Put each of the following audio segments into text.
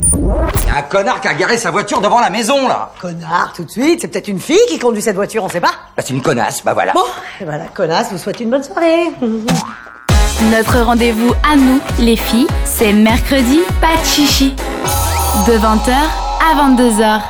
Il y a un connard qui a garé sa voiture devant la maison, là. Connard, tout de suite, c'est peut-être une fille qui conduit cette voiture, on sait pas. Bah, c'est une connasse, bah voilà. Bon, et ben la connasse vous souhaite une bonne soirée. Notre rendez-vous à nous, les filles, c'est mercredi, pas de chichi. De 20h à 22h.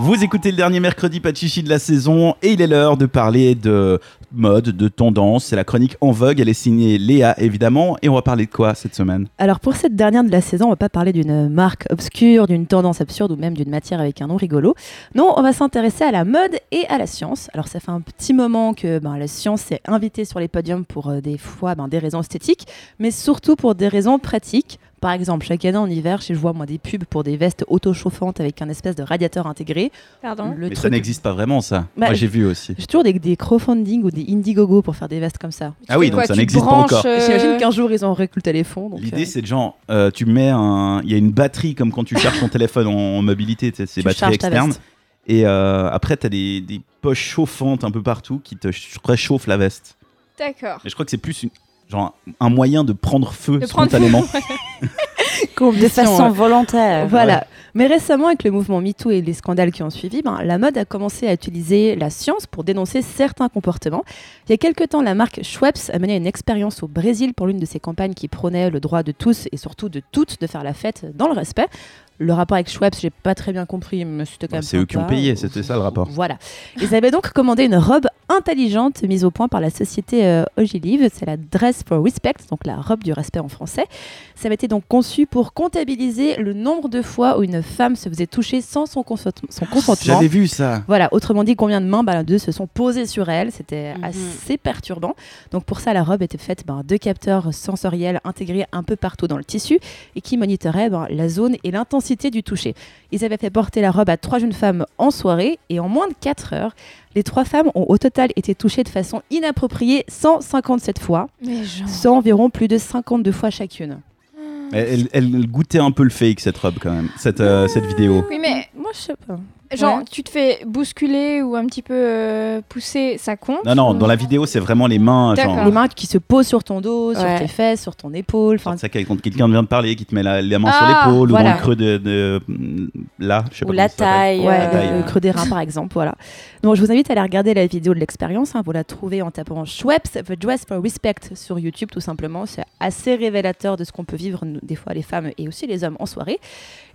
Vous écoutez le dernier mercredi pas de chichi de la saison et il est l'heure de parler de mode, de tendance. C'est la chronique en vogue. Elle est signée Léa évidemment et on va parler de quoi cette semaine Alors pour cette dernière de la saison, on va pas parler d'une marque obscure, d'une tendance absurde ou même d'une matière avec un nom rigolo. Non, on va s'intéresser à la mode et à la science. Alors ça fait un petit moment que ben, la science s'est invitée sur les podiums pour euh, des fois ben, des raisons esthétiques, mais surtout pour des raisons pratiques. Par exemple, chaque année en hiver, chez je vois moi des pubs pour des vestes auto-chauffantes avec un espèce de radiateur intégré. Pardon. Le Mais ça truc- n'existe pas vraiment ça. Bah, Moi j'ai vu aussi. J'ai toujours des, des crowdfunding ou des Indiegogo pour faire des vestes comme ça. Ah oui, donc Quoi, ça tu n'existe pas branches, encore. euh, J'imagine qu'un jour ils ont récolté les fonds. donc, L'idée euh, c'est de genre, euh, tu mets un, il y a une batterie comme quand tu charges ton téléphone en, en mobilité, tu sais, c'est tu batterie charges ta externe. veste. Et euh, après t'as des, des poches chauffantes un peu partout qui te ch- réchauffent la veste. D'accord. Et je crois que c'est plus une- genre un moyen de prendre feu De prendre spontanément. De façon volontaire. euh, Voilà. Mais récemment, avec le mouvement MeToo et les scandales qui ont suivi, ben, la mode a commencé à utiliser la science pour dénoncer certains comportements. Il y a quelques temps, la marque Schweppes a mené une expérience au Brésil pour l'une de ses campagnes qui prônait le droit de tous et surtout de toutes de faire la fête dans le respect. Le rapport avec Schweppes, j'ai pas très bien compris, mais c'était quand Bah, même. c'est eux qui ont sympa. payé, c'était ça, le rapport. Voilà. Ils avaient donc commandé une robe intelligente mise au point par la société euh, Ogilive, c'est la Dress for Respect, donc la robe du respect en français. Ça avait été donc conçu pour comptabiliser le nombre de fois où une femme se faisait toucher sans son, consent- son consentement. J'avais vu ça. Voilà, autrement dit, combien de mains bah, deux se sont posées sur elle. C'était Mhm. assez perturbant. Donc pour ça, la robe était faite ben, de capteurs sensoriels intégrés un peu partout dans le tissu et qui monitoraient ben, la zone et l'intensité du toucher. Ils avaient fait porter la robe à trois jeunes femmes en soirée et en moins de 4 heures, les trois femmes ont au total été touchées de façon inappropriée 157 fois, Mais genre. soit environ plus de 52 fois chacune. Elle, elle- elle goûtait un peu le fake cette robe quand même, cette, euh, cette vidéo. Oui, mais Moi, je sais pas. genre, Ouais. tu te fais bousculer ou un petit peu euh, pousser, ça compte Non, non, ou- dans la vidéo, c'est vraiment les mains, genre. D'accord. Les mains qui se posent sur ton dos, sur Ouais. tes fesses, sur ton épaule. Enfin, Sorte ça quand quelqu'un vient de parler, qui te met la, la main Ah, sur l'épaule ou voilà. dans le creux de, de- de- là, je sais pas Ou comment la ça s'appelle. taille. Ouais, euh, taille, le, le creux des reins par exemple, voilà. Donc je vous invite à aller regarder la vidéo de l'expérience, hein, vous la trouvez en tapant Schweppes The Dress for Respect sur YouTube tout simplement, c'est assez révélateur de ce qu'on peut vivre nous, des fois les femmes et aussi les hommes en soirée.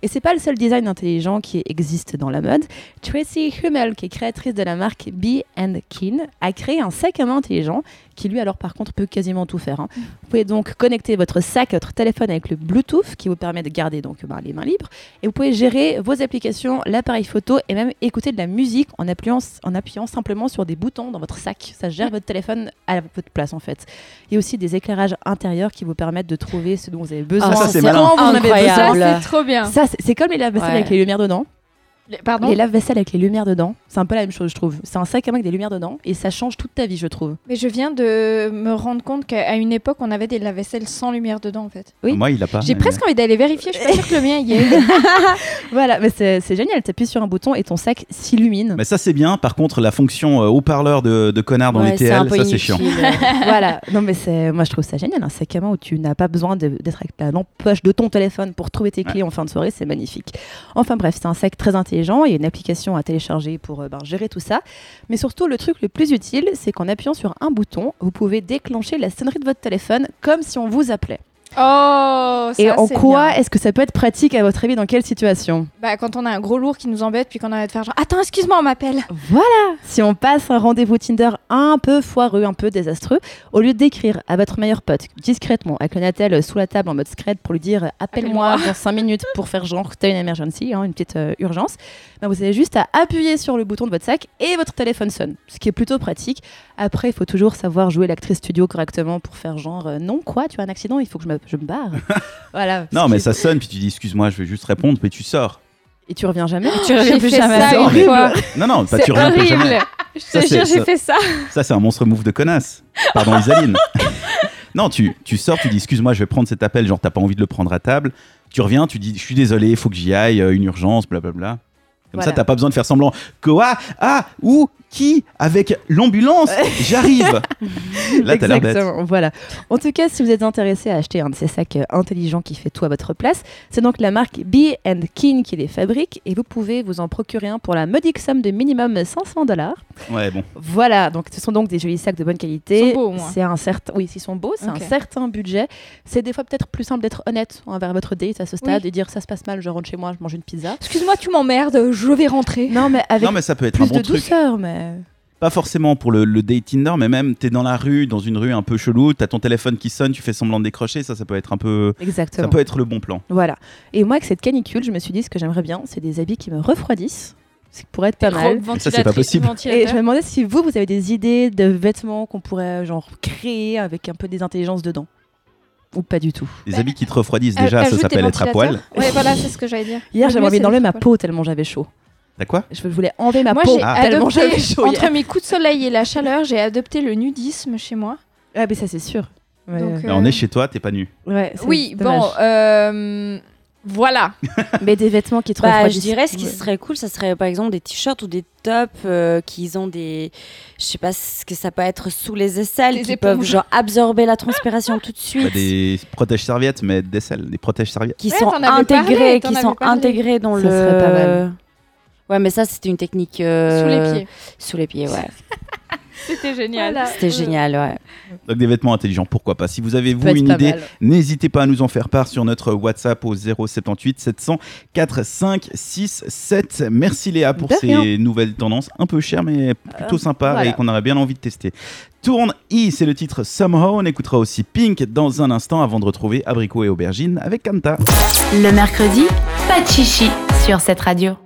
Et c'est pas le seul design intelligent qui existe dans la mode. Tracy Hummel, qui est créatrice de la marque Be and Kin, a créé un sac à main intelligent qui lui alors par contre peut quasiment tout faire. hein. Vous pouvez donc connecter votre sac à votre téléphone avec le Bluetooth qui vous permet de garder donc bah, les mains libres et vous pouvez gérer vos applications, l'appareil photo et même écouter de la musique en appuyant, en appuyant simplement sur des boutons dans votre sac. Ça gère votre téléphone à votre place en fait. Il y a aussi des éclairages intérieurs qui vous permettent de trouver ce dont vous avez besoin. Ah, ça, c'est quand malin. vous en avez Ça, Incroyable. besoin. c'est trop bien. Ça, c'est- c'est comme les lave-vaisselle Ouais. avec les lumières dedans. Les- Pardon Les lave-vaisselle avec les lumières dedans, c'est un peu la même chose, je trouve. C'est un sac à main avec des lumières dedans et ça change toute ta vie, je trouve. Mais je viens de me rendre compte qu'à une époque, on avait des lave-vaisselle sans lumière dedans, en fait. Oui. Moi, il a pas. J'ai Ah, mais- presque envie d'aller vérifier, je suis pas sûre que le mien y est. Voilà, mais c'est c'est génial. Tu appuies sur un bouton et ton sac s'illumine. Mais ça, c'est bien. Par contre, la fonction euh, haut-parleur de, de connard dans ouais, les TL, c'est un peu ça, c'est chiant. inutile. voilà. Non, mais c'est, moi je trouve ça génial. Un sac à main où tu n'as pas besoin de- d'être avec la lampe poche de ton téléphone pour trouver tes clés en fin de soirée, c'est magnifique. Enfin bref, c'est un sac très intelligent. Il y a une application à télécharger pour euh, ben, gérer tout ça. Mais surtout, le truc le plus utile, c'est qu'en appuyant sur un bouton, vous pouvez déclencher la sonnerie de votre téléphone comme si on vous appelait. Oh, ça, et en c'est quoi bien. est-ce que ça peut être pratique à votre avis Dans quelle situation Bah, quand on a un gros lourd qui nous embête, puis qu'on arrête de faire genre Attends, excuse-moi, on m'appelle. Si on passe un rendez-vous Tinder un peu foireux, un peu désastreux, au lieu d'écrire à votre meilleur pote discrètement avec le Natel euh, sous la table en mode secret pour lui dire euh, appelle-moi dans 5 minutes pour faire genre que t'as une emergency, hein, une petite euh, urgence, ben, vous avez juste à appuyer sur le bouton de votre sac et votre téléphone sonne, ce qui est plutôt pratique. Après, il faut toujours savoir jouer l'actrice studio correctement pour faire genre euh, non quoi, tu as un accident, il faut que je me, je me barre. voilà. Non, Ce mais qui- ça sonne, puis tu dis excuse-moi, je vais juste répondre, puis tu sors. Et tu reviens jamais. Tu reviens J'ai plus fait jamais. ça Non, une mais- fois. Non, non, pas C'est Bah, tu reviens plus jamais. horrible. Je Ça, te c'est- jure, j'ai ça- fait ça. Ça, c'est un monstre move de connasse. Pardon, Isaline. non, tu, tu sors, tu dis excuse-moi, je vais prendre cet appel, genre t'as pas envie de le prendre à table. Tu reviens, tu dis je suis désolé, faut que j'y aille, euh, une urgence, blablabla. Comme Voilà. ça, t'as pas besoin de faire semblant. Quoi Ah Où Qui Avec l'ambulance J'arrive Là, t'as l'air bête. Exactement, voilà. En tout cas, si vous êtes intéressé à acheter un de ces sacs euh, intelligents qui fait tout à votre place, c'est donc la marque Bee and King qui les fabrique et vous pouvez vous en procurer un pour la modique somme de minimum 500 dollars. Ouais, bon. Voilà, donc ce sont donc des jolis sacs de bonne qualité. Ils sont beaux, au moins. C'est un certain, oui, ils sont beaux, c'est Ok. un certain budget. C'est des fois peut-être plus simple d'être honnête envers votre date à ce stade et dire ça se passe mal, je rentre chez moi, je mange une pizza. Excuse-moi, tu m'emmerdes, je vais rentrer. Non, mais avec Non, mais ça peut être un plus bon de truc. douceur, mais Pas forcément pour le, le date Tinder, mais même t'es dans la rue, dans une rue un peu chelou, t'as ton téléphone qui sonne, tu fais semblant de décrocher, ça, ça peut être un peu. exactement. Ça peut être le bon plan. Voilà. Et moi, avec cette canicule, je me suis dit ce que j'aimerais bien, c'est des habits qui me refroidissent. Ce qui pourrait être pas mal. Gros Ça, c'est pas possible. Et je ventilatrice- me ventilateur. demandais si vous, vous avez des idées de vêtements qu'on pourrait genre créer avec un peu des intelligences dedans. Ou pas du tout. Les habits qui te refroidissent Euh, déjà, ça ajoute des s'appelle être à poil. ventilateurs. Ouais, voilà, c'est ce que j'allais dire. Hier, Le j'avais mieux, envie c'est d'enlever d'être ma à poil. peau tellement j'avais chaud. T'as quoi Je voulais enlever ma Moi, peau j'ai Ah. tellement adopté, j'avais chaud. hier. entre mes coups de soleil et la chaleur, j'ai adopté le nudisme chez moi. Ouais, Ah, mais ça, c'est sûr. Ouais, Donc, euh, ouais. Là, Bah, on est chez toi, t'es pas nu. Ouais, c'est Oui, dommage. bon, euh, voilà. Mais des vêtements qui te Bah, je refroidissent. dirais ce qui Ouais. serait cool, ça serait par exemple des t-shirts ou des tops euh, qui ont des, je sais pas ce que ça peut être sous les aisselles, Des qui éponges. peuvent genre absorber la transpiration tout de Pas suite, Bah, des protèges serviettes, mais des selles, des protèges serviettes. qui Ouais, sont t'en avais intégrés, parlé, t'en qui avais sont parlé. intégrés dans Ça le. serait pas mal. Ouais, mais ça c'était une technique euh, Sous les pieds. Sous les pieds, ouais. C'était génial. C'était génial, ouais. Donc des vêtements intelligents, pourquoi pas. Si vous avez, vous, peut être une pas idée, mal. n'hésitez pas à nous en faire part sur notre WhatsApp au 078 700 4567. Merci Léa pour De ces rien. Euh, nouvelles tendances, un peu chères, mais plutôt sympas voilà. et qu'on aurait bien envie de tester. Tourne I, c'est le titre Somehow. On écoutera aussi Pink dans un instant avant de retrouver Abricot et Aubergine avec Kanta. Le mercredi, pas de chichi sur cette radio.